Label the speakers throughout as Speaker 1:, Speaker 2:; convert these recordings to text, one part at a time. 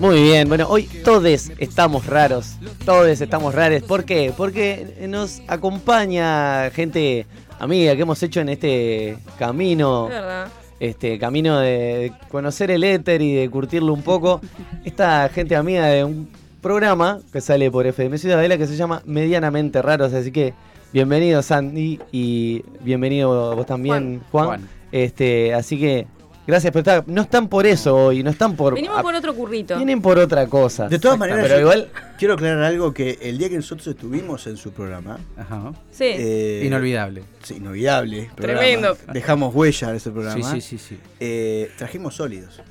Speaker 1: Muy bien, bueno, hoy todos estamos raros, todos estamos raros. ¿Por qué? Porque nos acompaña gente amiga que hemos hecho en este camino,
Speaker 2: Es verdad.
Speaker 1: este camino de conocer el éter y de curtirlo un poco. Esta gente amiga de un programa que sale por FM Ciudadela que se llama Medianamente Raros, así que bienvenido Sandy y bienvenido vos también, Juan.
Speaker 3: Juan.
Speaker 1: Este, así que gracias por estar. No están por eso hoy, no están por
Speaker 2: Venimos por otro currito.
Speaker 1: Vienen por otra cosa.
Speaker 4: De todas maneras,
Speaker 1: Pero
Speaker 4: yo
Speaker 1: igual,
Speaker 4: quiero aclarar algo que el día que nosotros estuvimos en su programa,
Speaker 3: Ajá.
Speaker 2: Sí.
Speaker 4: eh,
Speaker 3: Inolvidable.
Speaker 4: sí, inolvidable, programa.
Speaker 2: Tremendo.
Speaker 4: Dejamos huella en ese
Speaker 3: Sí,
Speaker 4: programa.
Speaker 3: sí, sí, sí.
Speaker 4: Eh, trajimos sólidos.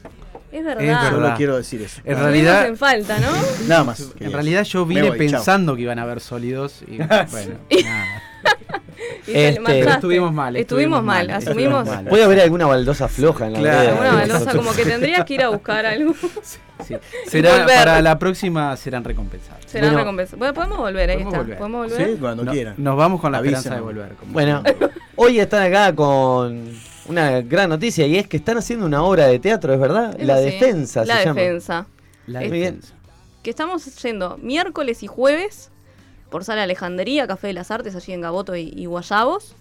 Speaker 2: es verdad.
Speaker 3: es verdad.
Speaker 4: Solo quiero decir eso.
Speaker 3: En
Speaker 2: Estuvimos
Speaker 3: realidad,
Speaker 2: en falta, ¿no?
Speaker 4: Nada más. quería
Speaker 3: en
Speaker 4: decir.
Speaker 3: realidad yo
Speaker 4: Me
Speaker 3: vine
Speaker 4: voy, chao. Ah,
Speaker 3: pensando que iban a haber sólidos y bueno, nada.
Speaker 2: Y sal-
Speaker 1: Este,
Speaker 2: marchaste.
Speaker 3: Pero estuvimos mal,
Speaker 2: Estuvimos,
Speaker 3: estuvimos
Speaker 2: mal,
Speaker 3: mal,
Speaker 2: asumimos.
Speaker 3: estuvimos mal.
Speaker 1: puede haber alguna baldosa floja en la
Speaker 4: Claro.
Speaker 1: vereda.
Speaker 2: Alguna baldosa, como que tendrías que ir a buscar algo.
Speaker 3: Sí. Será,
Speaker 2: volver.
Speaker 3: para la próxima serán recompensados.
Speaker 2: Será
Speaker 1: Bueno.
Speaker 2: una recompensa. Bueno, podemos volver, ahí
Speaker 3: Podemos
Speaker 2: está.
Speaker 3: volver.
Speaker 2: Podemos volver.
Speaker 4: Sí, cuando
Speaker 3: No-
Speaker 4: quieran.
Speaker 3: Nos vamos con la
Speaker 4: Avísenme.
Speaker 3: esperanza de volver. como
Speaker 1: Bueno,
Speaker 3: siempre.
Speaker 1: hoy están acá con una gran noticia y es que están haciendo una obra de teatro, ¿es verdad?
Speaker 2: Eso
Speaker 1: la
Speaker 2: sí.
Speaker 1: defensa
Speaker 2: La
Speaker 1: se llama.
Speaker 2: defensa.
Speaker 3: la
Speaker 2: este,
Speaker 1: Muy bien.
Speaker 3: defensa.
Speaker 2: Que estamos yendo miércoles y jueves por Sala Alejandría, Café de las Artes, allí en Gaboto y, y Guayabos.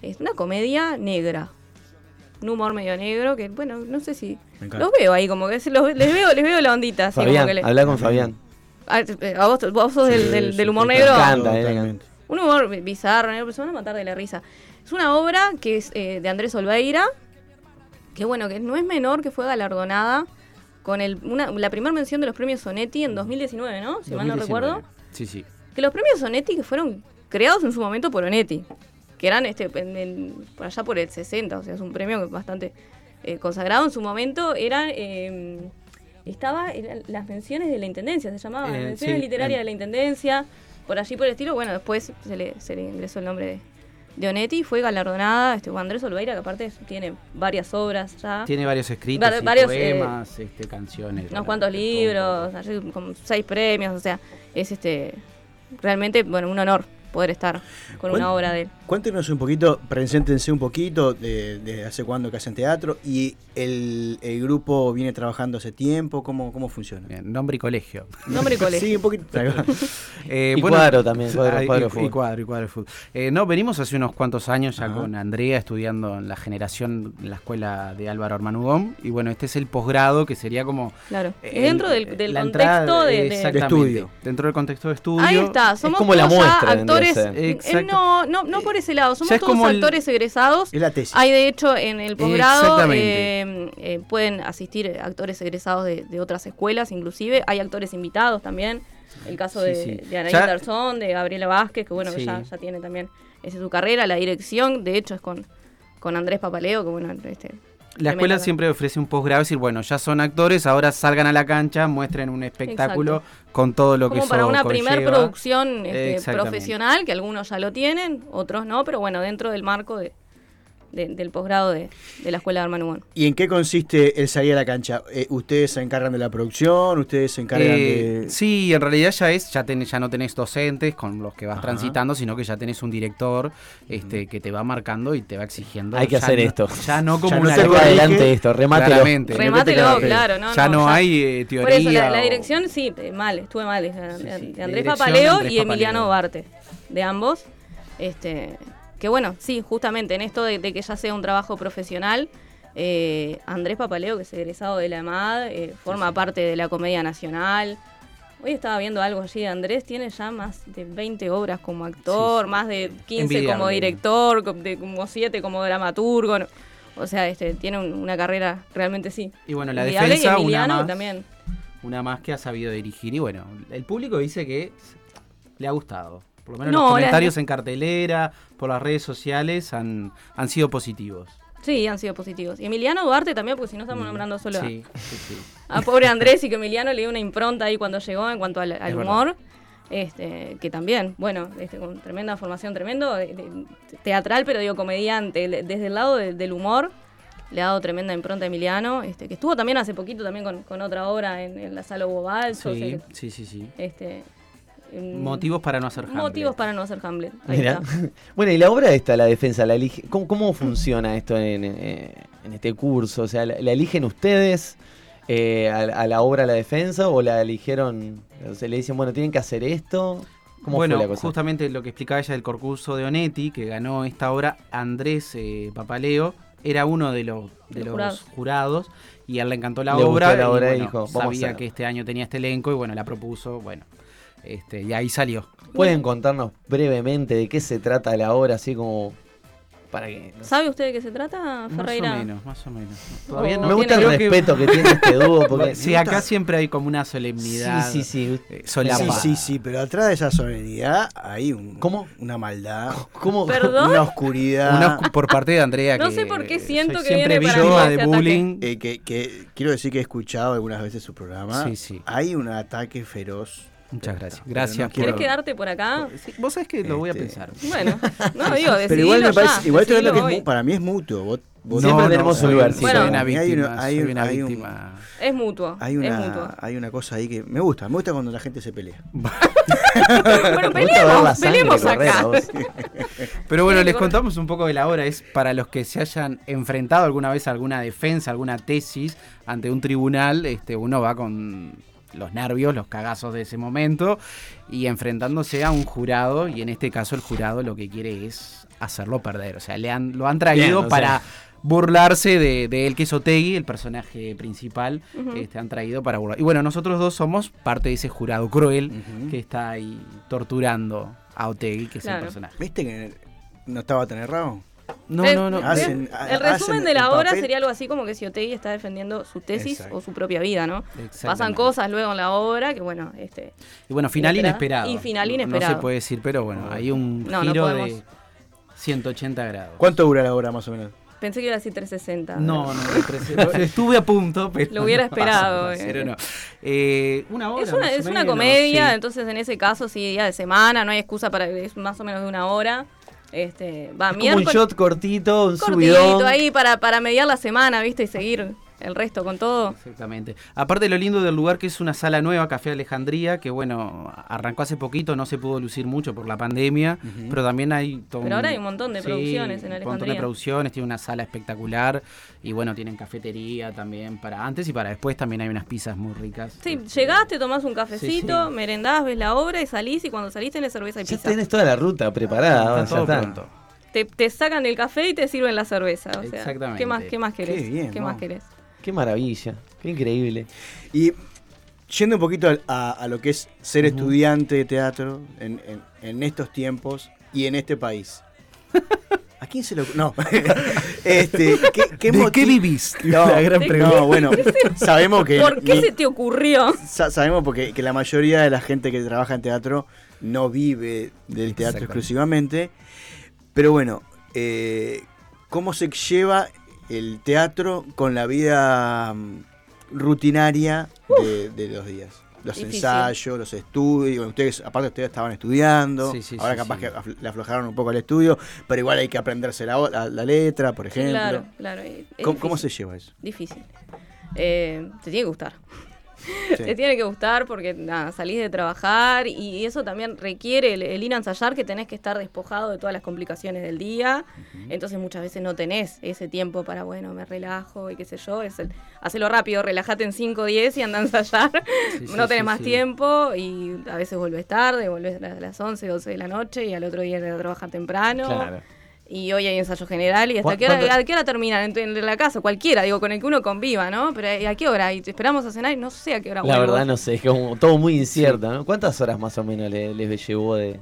Speaker 2: Es una comedia negra. Un humor medio negro que, bueno, no sé si.
Speaker 4: Me encanta.
Speaker 2: Los veo ahí, como que se los- les, veo, les veo la ondita. Así, como que
Speaker 1: Fabián,
Speaker 2: le-
Speaker 1: habla con Fabián.
Speaker 2: Ah, eh, a vos, vos sos
Speaker 4: Sí,
Speaker 2: del, del-
Speaker 4: sí,
Speaker 2: del humor
Speaker 4: me
Speaker 2: negro.
Speaker 1: encanta, eh,
Speaker 4: Totalmente.
Speaker 2: Un humor bi- bizarro, negro, pero se van a matar de la risa. Es una obra que es eh, de Andrés Olveira, que bueno, que no es menor, que fue galardonada con el, una- la primera mención de los premios Sonetti en 2019, ¿no? Si mal no
Speaker 3: 2019.
Speaker 2: recuerdo.
Speaker 3: Sí, sí.
Speaker 2: Que los premios Sonetti que fueron creados en su momento por Onetti, que eran este, en el- por allá por el 60, o sea, es un premio que bastante eh, consagrado en su momento, era... eh, estaba eran las menciones de la Intendencia, se llamaba,
Speaker 3: Eh,
Speaker 2: menciones
Speaker 3: sí,
Speaker 2: literarias
Speaker 3: en-
Speaker 2: de la Intendencia, por allí por el estilo, bueno, después se le, se le ingresó el nombre de, de Onetti, fue galardonada, este, Andrés Olveira, que aparte tiene varias obras ya,
Speaker 3: Tiene varios escritos,
Speaker 2: Var-
Speaker 3: y
Speaker 2: Ah. varios, eh,
Speaker 3: poemas, este, canciones.
Speaker 2: unos
Speaker 3: ¿verdad?
Speaker 2: cuantos
Speaker 3: Todo un
Speaker 2: libros,
Speaker 3: poco.
Speaker 2: allí con seis premios, o sea, es este realmente bueno un honor poder estar con
Speaker 4: Bueno.
Speaker 2: una obra de él.
Speaker 4: Cuéntenos un poquito, preséntense un poquito de, de hace cuándo que hacen teatro y el, el grupo viene trabajando hace tiempo, ¿cómo, cómo funciona?
Speaker 3: Bien, nombre y colegio.
Speaker 2: Nombre y colegio.
Speaker 4: Sí, un poquito.
Speaker 3: Eh,
Speaker 1: Y cuadro también, cuadro-
Speaker 3: ah, y-
Speaker 1: cuadro de
Speaker 3: y,
Speaker 1: fútbol.
Speaker 3: cuadro, y cuadro de fútbol. Eh, no, venimos hace unos cuantos años ya
Speaker 4: Ajá.
Speaker 3: con Andrea estudiando en la generación, en la escuela de Álvaro Armanugón. Y bueno, este es el posgrado que sería como.
Speaker 2: Claro.
Speaker 3: eh,
Speaker 2: Dentro
Speaker 3: el-
Speaker 2: del, del
Speaker 3: la
Speaker 2: contexto
Speaker 3: entrada,
Speaker 2: de, de-
Speaker 3: exactamente,
Speaker 4: De estudio.
Speaker 3: Dentro del contexto de estudio.
Speaker 2: Ahí está, somos
Speaker 1: como la
Speaker 2: todos ya
Speaker 1: muestra, vendría a
Speaker 2: actores.
Speaker 1: ser.
Speaker 2: eh,
Speaker 3: Exacto.
Speaker 2: no, no, no por ese lado, somos
Speaker 3: es
Speaker 2: todos
Speaker 3: como el-
Speaker 2: actores egresados.
Speaker 4: Es la tesis.
Speaker 2: Hay de hecho en el posgrado
Speaker 3: Exactamente.
Speaker 2: eh, eh, pueden asistir actores egresados de, de otras escuelas, inclusive hay actores invitados también. El caso
Speaker 3: Sí,
Speaker 2: de,
Speaker 3: sí.
Speaker 2: de Anaí
Speaker 3: Ya-
Speaker 2: Tarzón, de Gabriela Vázquez, que bueno, que
Speaker 3: Sí.
Speaker 2: ya, ya tiene también ese, su carrera, la dirección, de hecho es con, con Andrés Papaleo, que bueno, este,
Speaker 3: La escuela
Speaker 2: tremendo.
Speaker 3: siempre ofrece un posgrado, es decir, bueno, ya son actores, ahora salgan a la cancha, muestren un espectáculo con todo lo que
Speaker 2: como para
Speaker 3: eso
Speaker 2: una primer
Speaker 3: conlleva.
Speaker 2: producción este,
Speaker 3: Exactamente.
Speaker 2: profesional, que algunos ya lo tienen, otros no, pero bueno, dentro del marco de, de- del posgrado de, de la Escuela de Armanugón.
Speaker 4: ¿Y en qué consiste el salir a la cancha? Eh, ¿Ustedes se encargan de la producción? ¿Ustedes se encargan
Speaker 3: Eh,
Speaker 4: de...?
Speaker 3: Sí, en realidad ya es, ya, tenés- ya no tenés docentes con los que vas
Speaker 4: Ajá.
Speaker 3: transitando, sino que ya tenés un director este, que te va marcando y te va exigiendo.
Speaker 1: Hay que
Speaker 3: ya
Speaker 1: hacer
Speaker 3: no-
Speaker 1: esto.
Speaker 3: Ya no como
Speaker 4: Ya no
Speaker 3: una
Speaker 4: se
Speaker 1: Saca
Speaker 3: ley,
Speaker 4: puede ir,
Speaker 1: adelante
Speaker 4: que-
Speaker 1: esto, remátelo.
Speaker 3: claramente.
Speaker 2: Remátelo,
Speaker 4: no te quedas-
Speaker 2: claro, no,
Speaker 3: ya no,
Speaker 2: ya-
Speaker 3: hay eh, teoría.
Speaker 2: Por eso, la, la
Speaker 3: o-
Speaker 2: dirección sí, eh, mal, estuve mal, es de,
Speaker 3: Sí, sí,
Speaker 2: de
Speaker 3: la
Speaker 2: Andrés
Speaker 3: dirección,
Speaker 2: Papaleo
Speaker 3: Andrés
Speaker 2: y Emiliano
Speaker 3: Papaleo.
Speaker 2: Barte, de ambos. Este, que bueno, sí, justamente en esto de, de que ya sea un trabajo profesional, eh, Andrés Papaleo, que es egresado de la EMAD, eh, forma parte de la Comedia Nacional. Hoy estaba viendo algo allí de Andrés, tiene ya más de 20 obras como actor,
Speaker 3: Sí, sí.
Speaker 2: más de 15 como
Speaker 3: Envidiable.
Speaker 2: director, co- de como 7 como dramaturgo. no- O sea, este, tiene un- una carrera realmente sí.
Speaker 3: Y bueno, la
Speaker 2: envidiable, y
Speaker 3: defensa, una
Speaker 2: Emiliano
Speaker 3: más,
Speaker 2: también.
Speaker 3: una más que ha sabido dirigir. Y bueno, el público dice que le ha gustado. Por lo menos
Speaker 2: No,
Speaker 3: los
Speaker 2: la-
Speaker 3: comentarios en cartelera, por las redes sociales, han, han sido positivos.
Speaker 2: Sí, han sido positivos. Y Emiliano Duarte también, porque si no estamos nombrando solo a-
Speaker 3: Mm, Sí, sí, sí.
Speaker 2: a, pobre Andrés y que Emiliano le dio una impronta ahí cuando llegó en cuanto al, al
Speaker 3: Es verdad.
Speaker 2: humor. Este, que también, bueno, este, con tremenda formación, tremendo eh, de- teatral, pero digo comediante, le- desde el lado de- del humor le ha dado tremenda impronta a Emiliano, este, que estuvo también hace poquito también con, con otra obra en, en la sala Hugo Balso, o sea
Speaker 3: Sí,
Speaker 2: que,
Speaker 3: sí, sí, sí.
Speaker 2: este, em,
Speaker 3: Motivos para no hacer Hamlet.
Speaker 2: motivos para no hacer Hamlet. Ahí
Speaker 1: Mirá.
Speaker 2: está.
Speaker 1: Bueno, y la obra esta, la defensa, la elige, ¿cómo, cómo funciona esto en, eh, en este curso? O sea, ¿la, la eligen ustedes? eh, a, a la obra La Defensa o la eligieron, se le dicen, bueno, tienen que hacer esto? ¿Cómo
Speaker 3: bueno,
Speaker 1: fue la cosa?
Speaker 3: justamente lo que explicaba ella del concurso de Onetti, que ganó esta obra Andrés eh, Papaleo, era uno de los, de
Speaker 2: Los
Speaker 3: los
Speaker 2: jurados.
Speaker 3: jurados. y a él le encantó la
Speaker 1: Le gustó
Speaker 3: obra.
Speaker 1: la
Speaker 3: y,
Speaker 1: obra y
Speaker 3: bueno,
Speaker 1: dijo, "Vamos a
Speaker 3: sabía
Speaker 1: hacerlo".
Speaker 3: que este año tenía este elenco y bueno, la propuso, bueno, este, y ahí salió.
Speaker 1: ¿Pueden contarnos brevemente de qué se trata la obra, así como para que... no sé?
Speaker 2: ¿Sabe usted de qué se trata, Ferreira?
Speaker 3: Más o menos, más o menos. Todavía
Speaker 2: Oh.
Speaker 3: no.
Speaker 1: Me gusta el
Speaker 3: creo que-
Speaker 1: respeto que... tiene este dúo, porque...
Speaker 3: Sí, acá siempre hay como una solemnidad.
Speaker 1: Sí, sí, sí.
Speaker 3: eh,
Speaker 4: Sí,
Speaker 3: solapada.
Speaker 4: sí, sí, pero atrás de esa solemnidad hay un,
Speaker 1: ¿Cómo?
Speaker 4: una maldad,
Speaker 1: ¿Cómo?
Speaker 2: Perdón.
Speaker 4: una oscuridad.
Speaker 3: Una oscu- por parte de Andrea.
Speaker 2: No
Speaker 3: que
Speaker 2: sé por qué
Speaker 3: soy
Speaker 2: siento que
Speaker 3: siempre
Speaker 2: viene para
Speaker 3: víctima
Speaker 2: mí
Speaker 3: de
Speaker 2: este
Speaker 3: bullying.
Speaker 4: eh, que, que quiero decir que he escuchado algunas veces su programa.
Speaker 3: Sí, sí.
Speaker 4: Hay un ataque feroz.
Speaker 3: Muchas gracias.
Speaker 4: Pero
Speaker 3: Gracias.
Speaker 4: no
Speaker 2: ¿Querés
Speaker 4: Quiero-
Speaker 2: quedarte por acá?
Speaker 1: Eh,
Speaker 3: Sí, Vos sabés que lo voy a
Speaker 4: Este,
Speaker 3: pensar.
Speaker 2: Bueno, no digo, decidilo
Speaker 4: Pero igual me parece,
Speaker 2: ya,
Speaker 4: igual estoy
Speaker 2: decidilo
Speaker 4: hablando que es mu-
Speaker 2: hoy.
Speaker 4: para mí es mutuo. Vos- vos-
Speaker 1: Siempre tenemos un
Speaker 4: hay-
Speaker 1: lugar, sí.
Speaker 3: soy
Speaker 2: Bueno.
Speaker 3: una
Speaker 4: hay una-
Speaker 3: víctima.
Speaker 4: hay
Speaker 3: soy
Speaker 4: un-
Speaker 3: una
Speaker 4: hay un-
Speaker 3: víctima.
Speaker 2: Es mutuo.
Speaker 4: Hay
Speaker 2: Es
Speaker 4: una,
Speaker 2: mutuo.
Speaker 4: hay una cosa ahí que me gusta, me gusta cuando la gente se pelea.
Speaker 2: Bueno,
Speaker 1: Me gusta ver la
Speaker 2: peleemos,
Speaker 1: sangre
Speaker 2: peleemos
Speaker 1: correr a
Speaker 2: acá.
Speaker 1: vos.
Speaker 3: Pero bueno,
Speaker 2: Sí,
Speaker 3: les
Speaker 2: bueno.
Speaker 3: contamos un poco de la obra. Es para los que se hayan enfrentado alguna vez a alguna defensa, alguna tesis ante un tribunal. Este, uno va con los nervios, los cagazos de ese momento y enfrentándose a un jurado. Y en este caso, el jurado lo que quiere es hacerlo perder. O sea, le han, lo han traído
Speaker 1: Bien, o
Speaker 3: para.
Speaker 1: sea.
Speaker 3: Burlarse de, de él que es Otegui, el personaje principal,
Speaker 2: Ujú.
Speaker 3: este, han traído para burlar. Y bueno, nosotros dos somos parte de ese jurado cruel
Speaker 4: Ujú.
Speaker 3: que está ahí torturando a Otegui, que es el
Speaker 2: Claro.
Speaker 3: personaje.
Speaker 4: ¿Viste que no estaba tan errado?
Speaker 3: No,
Speaker 2: Eh,
Speaker 3: no, no.
Speaker 2: vean,
Speaker 4: Hacen-
Speaker 2: el
Speaker 4: hacen
Speaker 2: resumen de la
Speaker 4: el
Speaker 2: obra
Speaker 4: papel.
Speaker 2: sería algo así como que si Otegi está defendiendo su tesis
Speaker 4: Exacto.
Speaker 2: o su propia vida, ¿no?
Speaker 3: Exactamente.
Speaker 2: Pasan cosas luego en la obra que, bueno, este,
Speaker 3: Y bueno, final
Speaker 2: Inesperada.
Speaker 3: inesperado.
Speaker 2: Y final
Speaker 3: No- No,
Speaker 2: inesperado.
Speaker 3: se puede decir, pero bueno, hay un
Speaker 2: No, no
Speaker 3: giro de
Speaker 2: podemos.
Speaker 3: 180 grados.
Speaker 4: ¿Cuánto dura la obra más o menos?
Speaker 2: pensé que iba a decir 360.
Speaker 3: No, no, me parece- lo- estuve a punto, pero.
Speaker 2: Lo hubiera
Speaker 3: no
Speaker 2: esperado,
Speaker 3: pasa,
Speaker 2: eh.
Speaker 3: pero no. Eh, una hora.
Speaker 2: Es una,
Speaker 3: más o
Speaker 2: es una
Speaker 3: menos,
Speaker 2: comedia,
Speaker 3: sí.
Speaker 2: entonces en ese caso sí, día de semana, no hay excusa para es más o menos de una hora. Este, va
Speaker 1: Es como un
Speaker 2: miércoles
Speaker 1: shot cortito, un
Speaker 2: cortito
Speaker 1: subidón.
Speaker 2: ahí para, para mediar la semana, ¿viste? Y seguir el resto con todo.
Speaker 3: Exactamente. Aparte lo lindo del lugar que es una sala nueva, Café Alejandría, que bueno, arrancó hace poquito, no se pudo lucir mucho por la pandemia, pero también hay todo
Speaker 2: Pero ahora hay un montón de producciones en
Speaker 3: Un montón de
Speaker 2: Alejandría.
Speaker 3: producciones, tiene una sala espectacular y bueno, tienen cafetería también para antes y para después también hay unas pizzas muy ricas.
Speaker 2: Sí,
Speaker 3: Este,
Speaker 2: llegaste, tomás un cafecito,
Speaker 3: Sí, sí.
Speaker 2: merendás, ves la obra y salís y cuando salís tenés cerveza y
Speaker 1: Ya
Speaker 2: pizza.
Speaker 1: tenés toda la ruta preparada,
Speaker 3: Está
Speaker 1: ahora
Speaker 3: todo
Speaker 1: Ah, ya está.
Speaker 3: pronto.
Speaker 2: Te, te sacan el café y te sirven la cerveza. O sea,
Speaker 3: Exactamente.
Speaker 2: ¿Qué más, qué más querés?
Speaker 4: Qué bien, ¿no?
Speaker 2: más querés?
Speaker 1: Qué maravilla, qué increíble.
Speaker 4: Y yendo un poquito al- a, a lo que es ser estudiante de teatro en, en- en estos tiempos y en este país. ¿A quién se lo.? No. este, ¿qué, qué
Speaker 3: ¿De
Speaker 4: moti-
Speaker 3: qué vivís?
Speaker 4: No,
Speaker 3: La gran
Speaker 4: no,
Speaker 3: pregunta.
Speaker 4: bueno, sabemos que.
Speaker 2: ¿Por qué
Speaker 4: ni-
Speaker 2: se te ocurrió?
Speaker 4: sa- sabemos porque que la mayoría de la gente que trabaja en teatro no vive del teatro
Speaker 3: Exactamente.
Speaker 4: exclusivamente. Pero bueno, eh, ¿cómo se lleva el teatro con la vida mm, rutinaria de, de los días? Los
Speaker 2: Difícil.
Speaker 4: ensayos, los estudios. Bueno, ustedes, aparte, ustedes estaban estudiando.
Speaker 3: Sí, sí,
Speaker 4: ahora,
Speaker 3: sí,
Speaker 4: capaz
Speaker 3: sí.
Speaker 4: que af- le aflojaron un poco al estudio. Pero igual hay que aprenderse la, o- la- la letra, por ejemplo.
Speaker 2: Claro, claro. es- es
Speaker 4: ¿Cómo, cómo se
Speaker 2: difícil,
Speaker 4: lleva eso?
Speaker 2: Difícil. Eh, te tiene que gustar.
Speaker 4: Sí.
Speaker 2: Te tiene que gustar porque nada, salís de trabajar y eso también requiere el, el ir a ensayar que tenés que estar despojado de todas las complicaciones del día. Entonces muchas veces no tenés ese tiempo para, bueno, me relajo y qué sé yo. Es el, hacelo rápido, relájate en 5 o 10 y anda a ensayar.
Speaker 3: Sí, sí,
Speaker 2: no tenés
Speaker 3: sí,
Speaker 2: más
Speaker 3: sí.
Speaker 2: tiempo y a veces volvés tarde, volvés a las 11, 12 de la noche y al otro día ir a trabajar temprano.
Speaker 3: Claro.
Speaker 2: Y hoy hay ensayo general. ¿Y hasta
Speaker 1: ¿Cuán-
Speaker 2: qué hora,
Speaker 1: cuánto-
Speaker 2: a qué hora terminan? En, tu- en la casa, cualquiera, digo, con el que uno conviva, ¿no? Pero ¿y ¿a qué hora? Y te esperamos a cenar y no sé a qué hora
Speaker 1: La
Speaker 2: vuelvo.
Speaker 1: verdad no sé, es como todo muy incierto, ¿no? ¿Cuántas horas más o menos le- les, llevó de,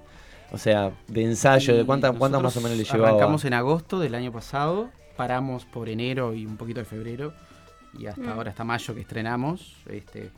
Speaker 1: o sea, de ensayo? ¿De cuántas,
Speaker 3: Y
Speaker 1: cuántas más o
Speaker 3: nosotros
Speaker 1: menos les llevaba?
Speaker 3: Arrancamos en agosto del año pasado, paramos por enero y un poquito de febrero, y hasta
Speaker 2: Mm.
Speaker 3: ahora, hasta mayo que estrenamos. Este,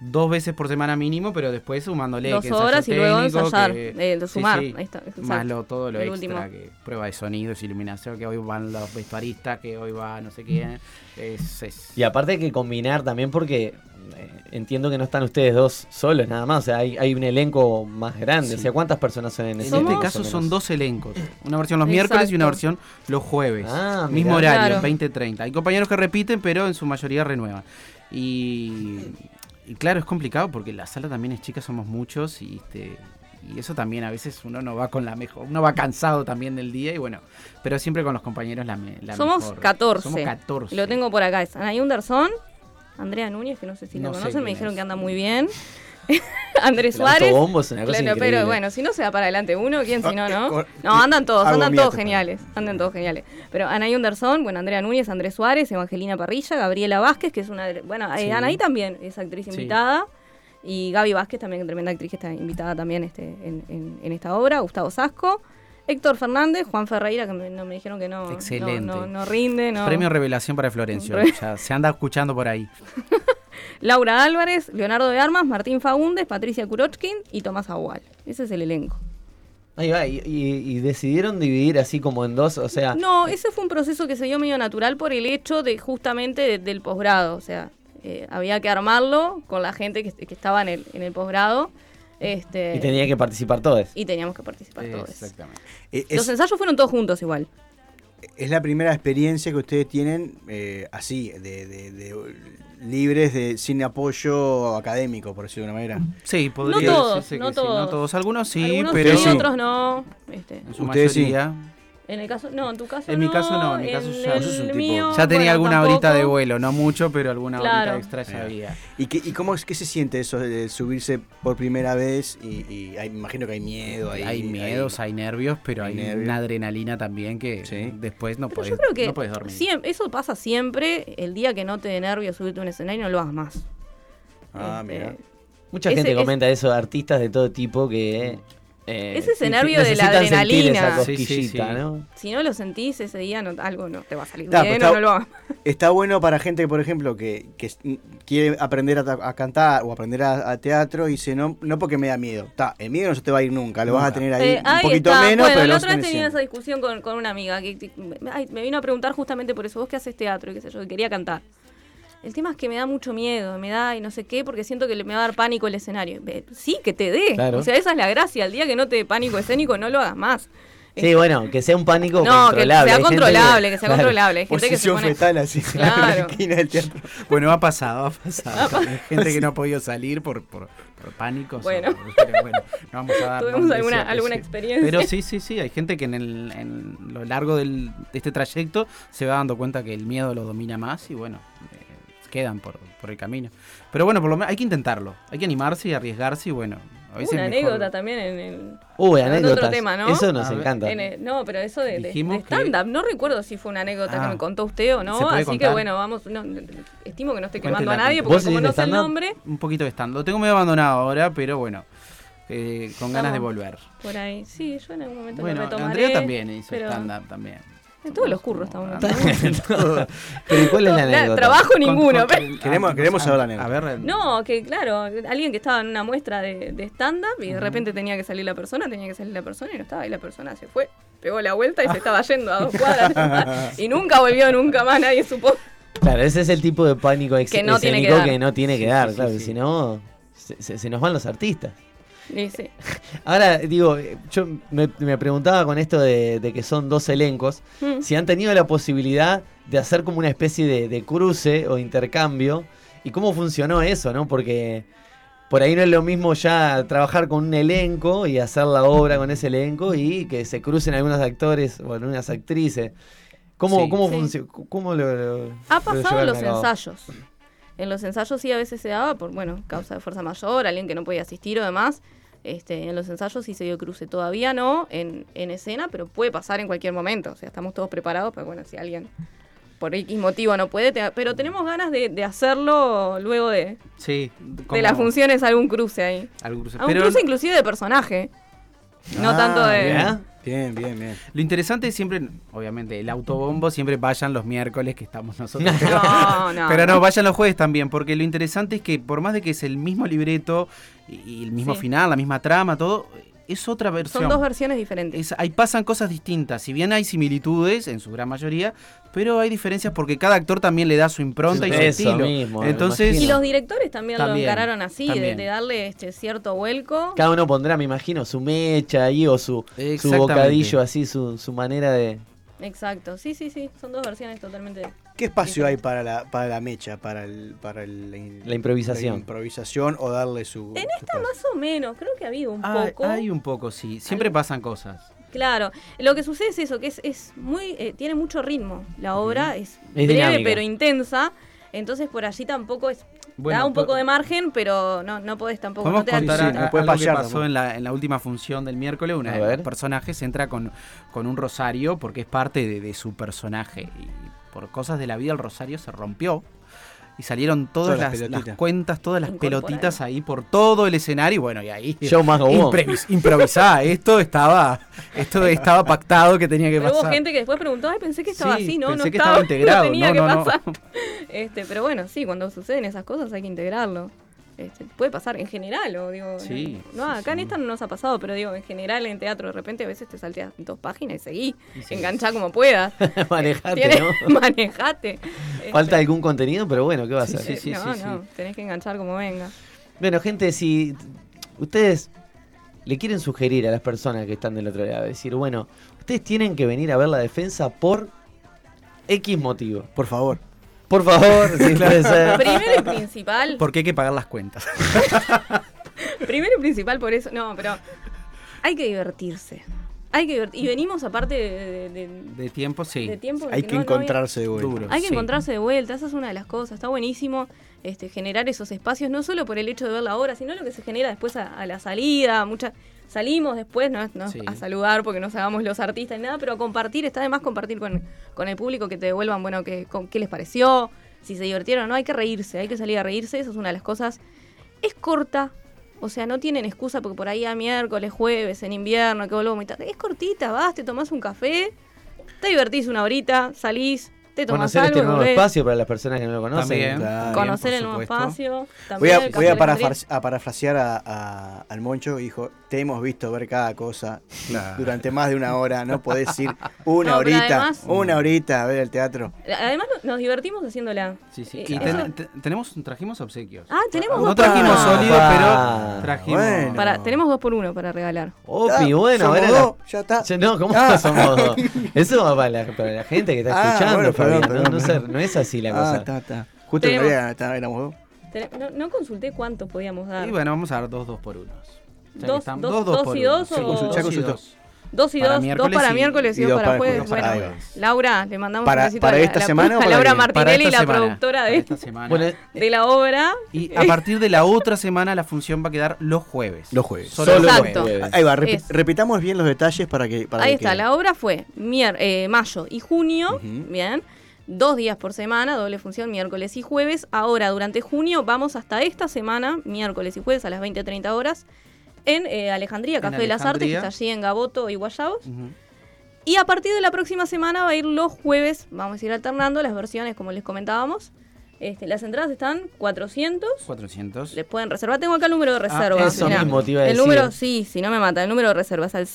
Speaker 3: dos veces por semana mínimo, pero después sumándole.
Speaker 2: Dos
Speaker 3: que ensayo
Speaker 2: horas y luego
Speaker 3: técnico,
Speaker 2: ensayar,
Speaker 3: que-
Speaker 2: eh, lo sumar, ahí está, exacto.
Speaker 3: Más lo, todo lo
Speaker 2: El
Speaker 3: extra,
Speaker 2: último.
Speaker 3: que prueba de sonidos, iluminación, que hoy van los vestuaristas, que hoy va no sé quién. Es, es-
Speaker 1: Y aparte hay que combinar también porque eh, entiendo que no están ustedes dos solos nada más, o sea, hay, hay un elenco más grande, o sea, ¿cuántas personas son en
Speaker 3: En
Speaker 1: ese
Speaker 2: Somos-
Speaker 3: este
Speaker 1: elenco,
Speaker 3: caso
Speaker 1: más o
Speaker 3: son
Speaker 1: menos?
Speaker 3: dos elencos. Una versión los miércoles y una
Speaker 2: Exacto.
Speaker 3: versión los jueves.
Speaker 1: Ah, mirá.
Speaker 3: Mismo horario,
Speaker 2: Claro.
Speaker 3: 20-30. Hay compañeros que repiten, pero en su mayoría renuevan. Y, y claro, es complicado porque la sala también es chica, somos muchos y este. Y eso también a veces uno no va con la mejor, uno va cansado también del día y bueno, pero siempre con los compañeros la, me- la
Speaker 2: Somos
Speaker 3: mejor.
Speaker 2: 14.
Speaker 3: Somos 14.
Speaker 2: Lo tengo por acá. Es Ana Yunderson, Andrea Núñez, que no sé si
Speaker 3: No
Speaker 2: lo
Speaker 3: sé
Speaker 2: conocen, me
Speaker 3: quién
Speaker 2: dijeron
Speaker 3: es.
Speaker 2: que anda muy bien. Andrés
Speaker 1: El
Speaker 2: Suárez.
Speaker 1: autobombo es una cosa
Speaker 2: Claro,
Speaker 1: increíble.
Speaker 2: pero bueno, si no se va para adelante uno, ¿quién si no,
Speaker 4: Ah, eh,
Speaker 2: no?
Speaker 4: cor-
Speaker 2: No, andan todos,
Speaker 4: hago
Speaker 2: andan
Speaker 4: mía
Speaker 2: todos
Speaker 4: esta
Speaker 2: geniales, andan todos geniales. Pero Anaí Anderson, bueno, Andrea Núñez, Andrés Suárez, Evangelina Parrilla, Gabriela Vázquez, que es una... de- Bueno, eh,
Speaker 3: Sí.
Speaker 2: Anaí también es actriz
Speaker 3: Sí.
Speaker 2: invitada. Y Gaby Vázquez, también tremenda actriz que está invitada también este, en, en- en esta obra. Gustavo Sasco, Héctor Fernández, Juan Ferreira, que me, no, me dijeron que no,
Speaker 3: Excelente.
Speaker 2: no, no, no rinde. No.
Speaker 3: Premio Revelación para Florencio.
Speaker 2: Re-
Speaker 3: ya se anda escuchando por ahí.
Speaker 2: Laura Álvarez, Leonardo de Armas, Martín Faúndez, Patricia Kurochkin y Tomás Agual. Ese es el elenco.
Speaker 1: Ahí va, y, y- y decidieron dividir así como en dos, o sea,
Speaker 2: No, ese fue un proceso que se dio medio natural por el hecho de justamente de- del posgrado. O sea, eh, había que armarlo con la gente que, que estaba en el, en el posgrado. Este,
Speaker 1: y tenía que participar todos.
Speaker 2: y teníamos que participar todos.
Speaker 3: Exactamente.
Speaker 4: Eh,
Speaker 2: Los
Speaker 4: es,
Speaker 2: ensayos fueron todos juntos igual.
Speaker 4: es la primera experiencia que ustedes tienen eh, así, de, de- de- libres, de sin apoyo académico, por decirlo de una manera.
Speaker 3: Sí, podría
Speaker 2: No todos,
Speaker 3: decirse que
Speaker 2: no
Speaker 3: sí,
Speaker 2: todos.
Speaker 3: Algunos sí,
Speaker 2: Algunos
Speaker 3: pero
Speaker 2: sí,
Speaker 4: sí.
Speaker 2: otros no. Este,
Speaker 3: en su
Speaker 4: Ustedes sí.
Speaker 3: mayoría.
Speaker 2: en el caso, no, en tu caso
Speaker 3: En
Speaker 2: no.
Speaker 3: mi caso no, en mi caso ya-
Speaker 2: el
Speaker 3: Yo soy un
Speaker 4: tipo-
Speaker 2: mío,
Speaker 3: Ya tenía
Speaker 2: bueno,
Speaker 3: alguna
Speaker 2: tampoco.
Speaker 3: horita de vuelo, no mucho, pero alguna
Speaker 2: Claro.
Speaker 3: horita extra ya
Speaker 4: Mira.
Speaker 3: había.
Speaker 4: ¿Y, qué, y cómo es que se siente eso de subirse por primera vez? Y, y hay- me imagino que hay miedo. Hay, Ah,
Speaker 3: hay miedos, hay nervios, pero hay,
Speaker 4: Hay nervios.
Speaker 3: una adrenalina también que
Speaker 4: Sí.
Speaker 3: después no
Speaker 2: Pero
Speaker 3: podés,
Speaker 2: yo creo que
Speaker 3: no podés dormir.
Speaker 2: siem- eso pasa siempre. El día que no te dé nervios subirte a un escenario, no lo hagas más.
Speaker 4: Ah,
Speaker 2: Este,
Speaker 4: mira.
Speaker 1: Mucha
Speaker 2: Ese-
Speaker 1: gente
Speaker 2: ese-
Speaker 1: comenta eso de artistas de todo tipo que... eh,
Speaker 2: Ese es el nervio de la
Speaker 1: necesitan sentir Esa
Speaker 2: adrenalina.
Speaker 3: Sí, sí,
Speaker 1: cosquillita,
Speaker 3: sí.
Speaker 1: ¿no?
Speaker 2: Si no lo sentís ese día, no, algo no te va a salir
Speaker 4: Claro,
Speaker 2: bien
Speaker 4: pero
Speaker 2: o
Speaker 4: está-
Speaker 2: no lo hagas.
Speaker 4: Está bueno para gente, por ejemplo, que, que s- n- quiere aprender a, ta- a cantar o aprender a, a teatro y dice, no, no porque me da miedo. Está, el miedo no se te va a ir nunca, lo vas a
Speaker 3: Nunca.
Speaker 4: tener ahí
Speaker 2: Eh,
Speaker 4: un poquito
Speaker 2: está.
Speaker 4: menos,
Speaker 2: bueno,
Speaker 4: pero lo
Speaker 2: la
Speaker 4: vas a
Speaker 2: otra vez
Speaker 4: tener
Speaker 2: tenía esa
Speaker 4: siempre.
Speaker 2: discusión con, con una amiga que, que- me- ay, me vino a preguntar justamente por eso, vos que haces teatro y qué sé yo, que quería cantar. El tema es que me da mucho miedo, me da y no sé qué, porque siento que le- me va a dar pánico el escenario. Ve, Sí, que te dé.
Speaker 1: Claro.
Speaker 2: O sea, esa es la gracia. El día que no te dé pánico escénico, no lo hagas más.
Speaker 1: Sí, bueno, que sea un pánico
Speaker 2: no, que
Speaker 1: controlable.
Speaker 2: sea
Speaker 1: Hay gente
Speaker 2: controlable, que sea
Speaker 1: Claro.
Speaker 2: controlable. Hay gente que se
Speaker 4: Posición
Speaker 2: pone...
Speaker 4: fetal así, en la
Speaker 2: Claro.
Speaker 4: esquina del teatro.
Speaker 3: Bueno, ha pasado, ha
Speaker 2: Ah,
Speaker 3: pasado. Hay gente que no ha podido salir por, por, por pánicos. o-
Speaker 2: Bueno.
Speaker 3: pero bueno, Ah, no vamos a dar
Speaker 2: Tuvimos
Speaker 3: nombres,
Speaker 2: alguna-
Speaker 3: cierto,
Speaker 2: alguna
Speaker 3: sí.
Speaker 2: experiencia.
Speaker 3: Pero sí, sí, sí. Hay gente que en, el, en lo largo del- de este trayecto se va dando cuenta que el miedo lo domina más y bueno, eh, quedan por, por el camino. Pero bueno, por lo menos hay que intentarlo. Hay que animarse y arriesgarse y bueno. A veces
Speaker 2: Una
Speaker 3: mejor-
Speaker 2: anécdota también en el...
Speaker 1: Uy,
Speaker 2: en otro
Speaker 1: anécdotas.
Speaker 2: tema, ¿no?
Speaker 1: Eso nos
Speaker 3: A ver.
Speaker 1: encanta.
Speaker 2: En el- no, pero eso de, de-
Speaker 3: Dijimos
Speaker 2: de stand-up, no recuerdo si fue una anécdota
Speaker 3: Ah.
Speaker 2: que me contó usted o no,
Speaker 3: ¿Se puede
Speaker 2: así
Speaker 3: contar?
Speaker 2: que bueno, vamos, no, no, estimo que no estoy quemando
Speaker 3: Cuéntela,
Speaker 2: a nadie,
Speaker 3: cuéntela.
Speaker 1: ¿Vos
Speaker 2: porque como
Speaker 1: hiciste
Speaker 2: no sé el
Speaker 1: stand-up?
Speaker 2: nombre,
Speaker 3: Un poquito de stand. Lo tengo medio abandonado ahora, pero bueno. eh, con ganas de
Speaker 2: Vamos.
Speaker 3: volver.
Speaker 2: por ahí, sí, yo en algún momento lo
Speaker 3: Bueno,
Speaker 2: retomaré.
Speaker 3: Andrea también hizo
Speaker 2: pero
Speaker 3: stand-up también.
Speaker 2: En todos los curros estamos.
Speaker 3: Como-
Speaker 2: ¿no?
Speaker 1: Pero ¿y ¿cuál es la
Speaker 2: Nada,
Speaker 1: anécdota?
Speaker 2: trabajo ninguno.
Speaker 3: Con-
Speaker 2: pero-
Speaker 3: con-
Speaker 4: Queremos-
Speaker 3: ah,
Speaker 4: queremos
Speaker 3: ah,
Speaker 4: saber la anécdota.
Speaker 3: A ver,
Speaker 2: No, que claro, alguien que estaba en una muestra de, de stand-up y de repente tenía que salir la persona, tenía que salir la persona y no estaba, y la persona se fue, pegó la vuelta y se estaba yendo a dos cuadras. y nunca volvió, nunca más nadie supo.
Speaker 1: Claro, ese es el tipo de pánico ex-
Speaker 2: Que no tiene que
Speaker 1: escénico
Speaker 2: dar.
Speaker 1: que no tiene que
Speaker 3: Sí,
Speaker 1: dar,
Speaker 3: sí,
Speaker 1: claro,
Speaker 3: sí,
Speaker 1: que
Speaker 3: sí.
Speaker 1: si no se, se- se nos van los artistas.
Speaker 2: Y sí.
Speaker 1: Ahora, digo, eh, yo me, me preguntaba con esto de, de que son dos elencos,
Speaker 2: Mm.
Speaker 1: si han tenido la posibilidad de hacer como una especie de, de cruce o intercambio, y cómo funcionó eso, ¿no? Porque por ahí no es lo mismo ya trabajar con un elenco y hacer la obra con ese elenco y que se crucen algunos actores o algunas actrices. ¿Cómo,
Speaker 3: Sí.
Speaker 1: cómo
Speaker 2: Sí.
Speaker 1: funcio- ¿Cómo lo, lo-
Speaker 2: Ha
Speaker 1: lo
Speaker 2: pasado en
Speaker 1: llevaron
Speaker 2: los
Speaker 1: a cabo?
Speaker 2: ensayos. En los ensayos sí a veces se daba por, bueno, causa de fuerza mayor, alguien que no podía asistir o demás. Este, en los ensayos sí se dio cruce, todavía no en, en escena, pero puede pasar en cualquier momento. O sea, estamos todos preparados, pero bueno, si alguien por X motivo no puede, te- pero tenemos ganas de, de hacerlo luego de,
Speaker 3: Sí.
Speaker 2: de
Speaker 3: como
Speaker 2: las funciones, algún cruce ahí.
Speaker 3: algún cruce.
Speaker 2: Algún
Speaker 3: Pero Ah,
Speaker 2: cruce inclusive de personaje. No tanto de...
Speaker 1: ¿verdad?
Speaker 4: Ah, Bien, bien, bien.
Speaker 3: lo interesante es siempre, obviamente, el autobombo siempre vayan los miércoles que estamos nosotros.
Speaker 2: No, no.
Speaker 3: Pero no, vayan los jueves también, porque lo interesante es que por más de que es el mismo libreto y, y el mismo
Speaker 2: Sí.
Speaker 3: final, la misma trama, todo, es otra versión.
Speaker 2: Son dos versiones diferentes.
Speaker 3: Es- ahí pasan cosas distintas. Si bien hay similitudes, en su gran mayoría, pero hay diferencias porque cada actor también le da su impronta y su
Speaker 1: Eso
Speaker 3: estilo.
Speaker 1: mismo, me
Speaker 3: Entonces,
Speaker 2: Y
Speaker 1: imagino.
Speaker 2: los directores también, lo
Speaker 3: También,
Speaker 2: encararon así, de,
Speaker 3: también.
Speaker 2: de darle este cierto vuelco.
Speaker 1: Cada uno pondrá, me imagino, su mecha ahí o su, su
Speaker 3: Exactamente.
Speaker 1: bocadillo así, su, su manera de...
Speaker 2: Exacto, sí, sí, sí, son dos versiones totalmente...
Speaker 4: ¿Qué espacio hay para la, para la mecha, para, el, para el-
Speaker 1: La improvisación.
Speaker 4: la improvisación o darle su...
Speaker 2: En
Speaker 4: su cosa?
Speaker 2: Más o menos, creo que ha habido un
Speaker 3: Ah,
Speaker 2: poco.
Speaker 3: Hay un poco, sí. Siempre
Speaker 2: Algo.
Speaker 3: pasan cosas.
Speaker 2: Claro, lo que sucede es eso, que es, es muy, eh, tiene mucho ritmo. La obra es,
Speaker 1: Es
Speaker 2: breve
Speaker 1: dinámica.
Speaker 2: pero intensa. Entonces por allí tampoco es...
Speaker 3: Bueno,
Speaker 2: da un
Speaker 3: po-
Speaker 2: poco de margen, pero no, no podés tampoco...
Speaker 3: Podemos
Speaker 2: no te da-
Speaker 3: contar
Speaker 4: Sí,
Speaker 3: a-
Speaker 4: sí,
Speaker 3: a-
Speaker 4: no puede
Speaker 3: algo que
Speaker 4: fallar,
Speaker 3: pasó
Speaker 4: ¿no?
Speaker 3: en la, en la última función del miércoles. Una
Speaker 1: A
Speaker 3: de los
Speaker 1: ver.
Speaker 3: personajes entra con, con un rosario porque es parte de, de su personaje. Y por cosas de la vida el rosario se rompió. Y salieron todas,
Speaker 4: Todas las
Speaker 3: las, las
Speaker 4: pelotitas.
Speaker 3: cuentas, todas las
Speaker 2: Incorporadas.
Speaker 3: pelotitas ahí por todo el escenario. Y bueno, y ahí
Speaker 1: Show más gobón.
Speaker 3: imprevis- improvisá. Esto estaba, esto estaba pactado que tenía que
Speaker 2: Pero
Speaker 3: pasar.
Speaker 2: hubo gente que después preguntó, ay, pensé que estaba
Speaker 3: Sí,
Speaker 2: así, no,
Speaker 3: pensé
Speaker 2: no
Speaker 3: que estaba integrado,
Speaker 2: no tenía
Speaker 3: no,
Speaker 2: que
Speaker 3: no, no.
Speaker 2: pasar. Este, pero bueno, sí, cuando suceden esas cosas hay que integrarlo. Este, puede pasar en general, o digo,
Speaker 3: Sí,
Speaker 2: no, no,
Speaker 3: sí,
Speaker 2: acá en
Speaker 3: sí.
Speaker 2: esta no nos ha pasado, pero digo, en general en teatro de repente a veces te salteas dos páginas y seguí,
Speaker 3: sí.
Speaker 2: enganchá como puedas.
Speaker 1: Manejate,
Speaker 2: Tienes-
Speaker 1: ¿no?
Speaker 2: manejate.
Speaker 1: Falta algún contenido, pero bueno, ¿qué va a
Speaker 3: Sí,
Speaker 1: hacer?
Speaker 2: Este,
Speaker 3: sí, sí,
Speaker 2: no,
Speaker 3: sí,
Speaker 2: no,
Speaker 3: sí.
Speaker 2: tenés que enganchar como venga.
Speaker 1: Bueno, gente, si ustedes le quieren sugerir a las personas que están del otro lado, decir, bueno, ustedes tienen que venir a ver la defensa por X motivo.
Speaker 4: Por favor.
Speaker 1: Por favor, si puede ser.
Speaker 2: Primero y principal,
Speaker 3: Porque hay que pagar las cuentas.
Speaker 2: Primero y principal por eso. No, pero hay que divertirse. Hay que divertir. Y venimos aparte de, de- de-
Speaker 3: De tiempo, sí.
Speaker 2: de tiempo. en
Speaker 4: Hay
Speaker 2: que
Speaker 4: que
Speaker 2: no- no había-
Speaker 4: encontrarse de vuelta.
Speaker 3: Duro.
Speaker 2: hay que
Speaker 3: sí.
Speaker 2: encontrarse de vuelta, esa es una de las cosas. Está buenísimo este, generar esos espacios, no solo por el hecho de ver la obra, sino lo que se genera después a, a la salida. Muchas salimos después, no, es- no es
Speaker 3: Sí.
Speaker 2: a saludar porque no hagamos los artistas ni nada, pero a compartir, está de más compartir con, con el público que te devuelvan, bueno, que, con, qué les pareció, si se divirtieron o no. Hay que reírse, hay que salir a reírse, esa es una de las cosas. Es corta. O sea, no tienen excusa porque por ahí a miércoles, jueves, en invierno, que volvemos muy tarde. Es cortita, vas, te tomás un café, te divertís una horita, salís, te tomás
Speaker 1: Conocer este
Speaker 2: algo, ¿eh? y
Speaker 1: nuevo
Speaker 2: volvés.
Speaker 1: espacio para las personas que no lo conocen.
Speaker 3: También.
Speaker 4: Claro.
Speaker 2: conocer
Speaker 3: por
Speaker 2: el nuevo
Speaker 3: supuesto.
Speaker 2: espacio.
Speaker 4: Voy
Speaker 2: también
Speaker 4: a,
Speaker 2: el
Speaker 4: voy a
Speaker 2: Café Alejandría.
Speaker 4: parafrase- a parafrasear a- a- al Moncho que dijo, te hemos visto ver cada cosa y
Speaker 3: Claro.
Speaker 4: durante más de una hora, no podés ir una
Speaker 2: No, pero
Speaker 4: horita,
Speaker 2: además-
Speaker 4: una horita a ver el teatro.
Speaker 2: Además, no- nos divertimos haciéndola.
Speaker 3: Sí, sí.
Speaker 2: Eh,
Speaker 3: Y
Speaker 2: eso-
Speaker 3: ten- te- tenemos, trajimos obsequios.
Speaker 2: Ah, tenemos
Speaker 3: No
Speaker 2: dos
Speaker 3: trajimos
Speaker 2: por uno.
Speaker 3: sólido,
Speaker 1: Ah,
Speaker 3: pero trajimos.
Speaker 4: bueno.
Speaker 2: Pará, tenemos dos por uno para regalar.
Speaker 1: Opi,
Speaker 4: Ah,
Speaker 1: bueno,
Speaker 4: somos
Speaker 1: ahora la-
Speaker 4: dos, ya está.
Speaker 1: Ya, No, ¿cómo
Speaker 4: Ah.
Speaker 1: somos dos? Eso va para la, para la gente que está
Speaker 4: Ah,
Speaker 1: escuchando,
Speaker 4: bueno,
Speaker 1: Fabián,
Speaker 4: perdón,
Speaker 1: ¿no?
Speaker 4: perdón,
Speaker 1: No,
Speaker 4: perdón.
Speaker 1: sé, no es así la
Speaker 4: Ah,
Speaker 1: cosa.
Speaker 4: está, está. Justo en
Speaker 2: Tenemos-
Speaker 4: realidad está, éramos dos.
Speaker 2: Ten- No, no consulté cuánto podíamos dar.
Speaker 3: Y bueno, vamos a dar dos dos por unos. Ya que
Speaker 2: Dos-
Speaker 3: estamos-
Speaker 2: dos- dos y
Speaker 3: uno.
Speaker 2: dos
Speaker 3: Sí,
Speaker 2: o-
Speaker 3: consultó,
Speaker 4: Ya
Speaker 3: dos y
Speaker 4: consultó.
Speaker 3: dos.
Speaker 2: Dos y
Speaker 3: Para
Speaker 2: dos, dos
Speaker 3: miércoles
Speaker 2: para
Speaker 3: y-
Speaker 2: miércoles y,
Speaker 4: y
Speaker 2: dos
Speaker 4: dos
Speaker 2: para
Speaker 4: para
Speaker 2: jueves.
Speaker 4: jueves.
Speaker 2: Bueno,
Speaker 4: Ahí va.
Speaker 2: Laura, le mandamos
Speaker 4: Para-
Speaker 2: un besito
Speaker 4: para
Speaker 2: a la-
Speaker 4: esta
Speaker 2: la-
Speaker 4: semana o
Speaker 2: a
Speaker 4: para
Speaker 2: Laura
Speaker 4: qué? Para
Speaker 3: Para
Speaker 2: Martinelli,
Speaker 3: esta
Speaker 2: la
Speaker 3: semana,
Speaker 2: productora
Speaker 3: para
Speaker 2: de,
Speaker 3: esta semana.
Speaker 1: Bueno,
Speaker 2: de la obra.
Speaker 3: y a partir de la otra semana la función va a quedar los jueves.
Speaker 4: Los jueves.
Speaker 3: Solo
Speaker 1: solo
Speaker 2: Exacto.
Speaker 1: los jueves.
Speaker 4: Ahí va, repi-
Speaker 2: Es.
Speaker 4: repitamos bien los detalles para que... Para
Speaker 2: Ahí
Speaker 4: que
Speaker 2: está,
Speaker 4: quede.
Speaker 2: la obra fue mier- eh, mayo y junio, bien, dos días por semana, doble función, miércoles y jueves. Ahora, durante junio, vamos hasta esta semana, miércoles y jueves a las 20-30 horas, en eh, Alejandría,
Speaker 3: En
Speaker 2: Café de las Artes, que
Speaker 3: Alejandría.
Speaker 2: está allí en Gaboto y Guayabos.
Speaker 3: Ujú.
Speaker 2: Y a partir de la próxima semana va a ir los jueves, vamos a ir alternando las versiones, como les comentábamos. Este, las entradas están 400.
Speaker 3: 400.
Speaker 2: Les pueden reservar. Tengo acá el número de reserva.
Speaker 1: Ah, eso mismo te iba a
Speaker 2: el
Speaker 1: decir.
Speaker 2: número, sí, si no me mata. El número de reserva es al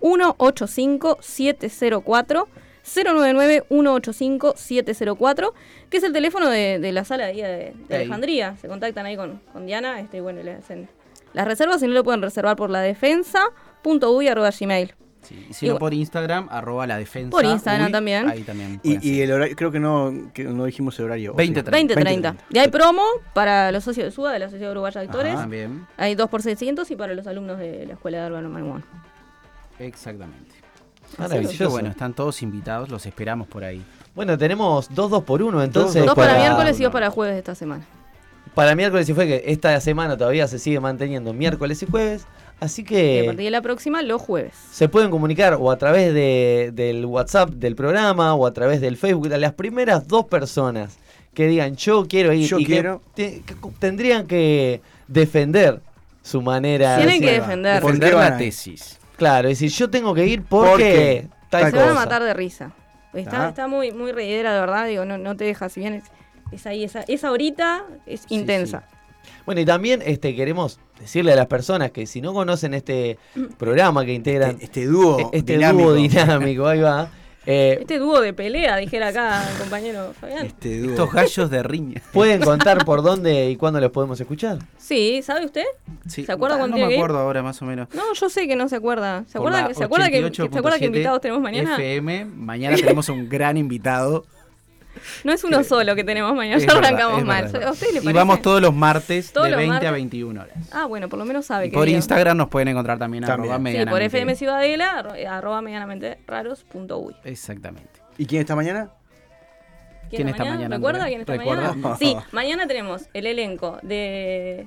Speaker 2: 099-185-704. 099-185-704, que es el teléfono de, de la sala de, ahí de- de
Speaker 3: Ahí.
Speaker 2: Alejandría. Se contactan ahí con, con Diana. Este, y bueno, le hacen las reservas. Si no, lo pueden reservar por la defensa.uy.gmail.
Speaker 3: Sí, Y si no
Speaker 2: Igual-
Speaker 3: por Instagram, arroba la defensa.
Speaker 2: Por Instagram
Speaker 3: Uy,
Speaker 2: también.
Speaker 3: Ahí también. pueden
Speaker 4: Y, y
Speaker 3: seguir.
Speaker 4: el horario, creo que no, que no dijimos el horario. ¿o
Speaker 3: 20,
Speaker 4: sí?
Speaker 2: 2030. Y hay promo para los socios de SUA, de la Sociedad Uruguaya de Actores.
Speaker 1: Ah,
Speaker 3: Ajá, Ah, bien.
Speaker 2: Hay dos por 600 y para los alumnos de la Escuela de Álvaro Malmón.
Speaker 3: Exactamente. Así que
Speaker 1: Maravilloso.
Speaker 3: bueno,
Speaker 1: Bueno.
Speaker 3: están todos invitados, los esperamos por ahí.
Speaker 1: tenemos dos dos por uno entonces.
Speaker 2: Dos para,
Speaker 3: para-
Speaker 2: miércoles y dos para jueves de esta semana.
Speaker 1: Para miércoles y fue que esta semana todavía se sigue manteniendo miércoles y jueves. Así
Speaker 2: Y a
Speaker 1: que
Speaker 2: partir de la próxima, los jueves.
Speaker 1: se pueden comunicar o a través de- del WhatsApp del programa o a través del Facebook. A las primeras dos personas que digan yo quiero ir
Speaker 4: Yo
Speaker 1: y que
Speaker 4: quiero.
Speaker 1: te- que cu- tendrían que defender su manera de
Speaker 2: Tienen que
Speaker 1: decir-
Speaker 2: defender.
Speaker 4: ¿Por
Speaker 3: Defender
Speaker 4: qué van
Speaker 3: la
Speaker 4: a-
Speaker 3: tesis.
Speaker 1: Claro, es decir, yo tengo que ir
Speaker 4: Porque
Speaker 1: porque, tal
Speaker 4: tal
Speaker 2: Se van a
Speaker 1: cosa.
Speaker 2: matar de risa. Está,
Speaker 4: Ah.
Speaker 2: está muy, muy reidera, de verdad. Digo, no, no te deja. Si bien es, es ahí, esa, esa horita es
Speaker 3: Sí,
Speaker 2: intensa.
Speaker 1: Bueno, y también este, queremos decirle a las personas que si no conocen este programa que integran
Speaker 4: Este, este dúo
Speaker 1: este
Speaker 4: dinámico.
Speaker 1: dúo dinámico, ahí va, eh,
Speaker 2: Este dúo de pelea, dijera acá el compañero Fabián.
Speaker 4: Este dúo.
Speaker 3: Estos gallos de riña.
Speaker 1: pueden contar por dónde y cuándo los podemos escuchar.
Speaker 2: Sí, ¿sabe usted?
Speaker 3: Sí.
Speaker 2: ¿Se acuerda
Speaker 3: Ah,
Speaker 2: cuando
Speaker 3: No
Speaker 2: tiene que
Speaker 3: me
Speaker 2: ir?
Speaker 3: acuerdo ahora más o menos.
Speaker 2: No, yo sé que no se acuerda. ¿Se
Speaker 3: por
Speaker 2: acuerda,
Speaker 3: la
Speaker 2: que- ¿se acuerda, que, que- ¿se acuerda que
Speaker 3: 88.7
Speaker 2: invitados tenemos mañana?
Speaker 3: FM, mañana tenemos un gran invitado.
Speaker 2: No es uno solo que tenemos mañana.
Speaker 3: Es
Speaker 2: Ya
Speaker 3: verdad,
Speaker 2: arrancamos
Speaker 3: es
Speaker 2: mal.
Speaker 3: verdad, es
Speaker 2: ¿A ustedes les
Speaker 3: verdad. Y
Speaker 2: parece?
Speaker 3: vamos todos los martes
Speaker 2: Todos
Speaker 3: de
Speaker 2: los
Speaker 3: 20 a
Speaker 2: martes.
Speaker 3: 21 horas.
Speaker 2: Ah, bueno, por lo menos
Speaker 3: Y
Speaker 2: sabe que
Speaker 3: por
Speaker 2: digo.
Speaker 3: Instagram nos pueden encontrar también,
Speaker 4: También.
Speaker 3: arroba
Speaker 2: Sí, por
Speaker 3: medianamente.
Speaker 2: FM Ciudadela, arro- arroba medianamente raros.uy.
Speaker 3: Exactamente.
Speaker 4: ¿Y quién está mañana?
Speaker 3: ¿Quién está mañana,
Speaker 2: ¿Recuerda
Speaker 3: Andrea?
Speaker 2: quién está
Speaker 3: ¿Recuerda?
Speaker 2: mañana? Sí, mañana tenemos el elenco de,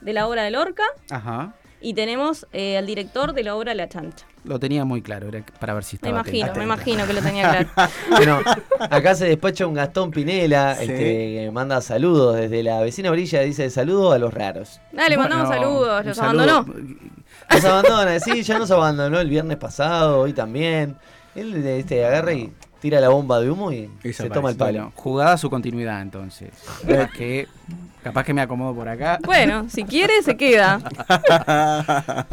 Speaker 2: de la obra de Lorca
Speaker 3: Ajá.
Speaker 2: y tenemos eh, al director de la obra La Chancha.
Speaker 3: Lo tenía muy claro, era para ver si
Speaker 2: Me
Speaker 3: estaba
Speaker 2: imagino,
Speaker 3: atento.
Speaker 2: me imagino que lo tenía claro.
Speaker 1: Bueno, acá se despacha un Gastón Pinela,
Speaker 4: Sí.
Speaker 1: este, que manda saludos desde la vecina orilla, dice saludos a los raros.
Speaker 2: Dale, mandamos
Speaker 3: Bueno,
Speaker 2: saludos,
Speaker 3: un
Speaker 2: los
Speaker 3: saludo.
Speaker 2: abandonó.
Speaker 1: Nos abandona, sí, ya nos abandonó el viernes pasado, hoy también. Él este, agarra y tira la bomba de humo y,
Speaker 4: Y
Speaker 1: se toma el
Speaker 3: Bueno,
Speaker 1: palo.
Speaker 3: jugada su continuidad entonces. Capaz que, capaz que me acomodo por acá.
Speaker 2: Bueno, si quiere, se queda.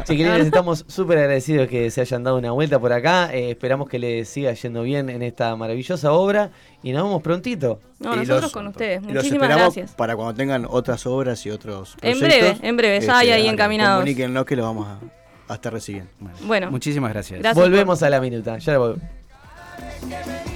Speaker 1: Si querés, estamos súper agradecidos que se hayan dado una vuelta por acá. eh, esperamos que les siga yendo bien en esta maravillosa obra y nos vemos prontito.
Speaker 2: No,
Speaker 4: Y
Speaker 2: nosotros
Speaker 4: los-
Speaker 2: con ustedes.
Speaker 4: Y los
Speaker 2: Muchísimas
Speaker 4: esperamos
Speaker 2: gracias.
Speaker 4: para cuando tengan otras obras y otros
Speaker 2: En
Speaker 4: proyectos. Este,
Speaker 2: breve, en breve, ya hay ahí
Speaker 4: dale,
Speaker 2: encaminados.
Speaker 4: Comuníquenlo que los vamos a, a estar recibiendo.
Speaker 3: Bueno,
Speaker 2: Bueno.
Speaker 3: muchísimas gracias.
Speaker 2: Gracias. por-
Speaker 1: Volvemos a la minuta, ya volvemos.
Speaker 5: que me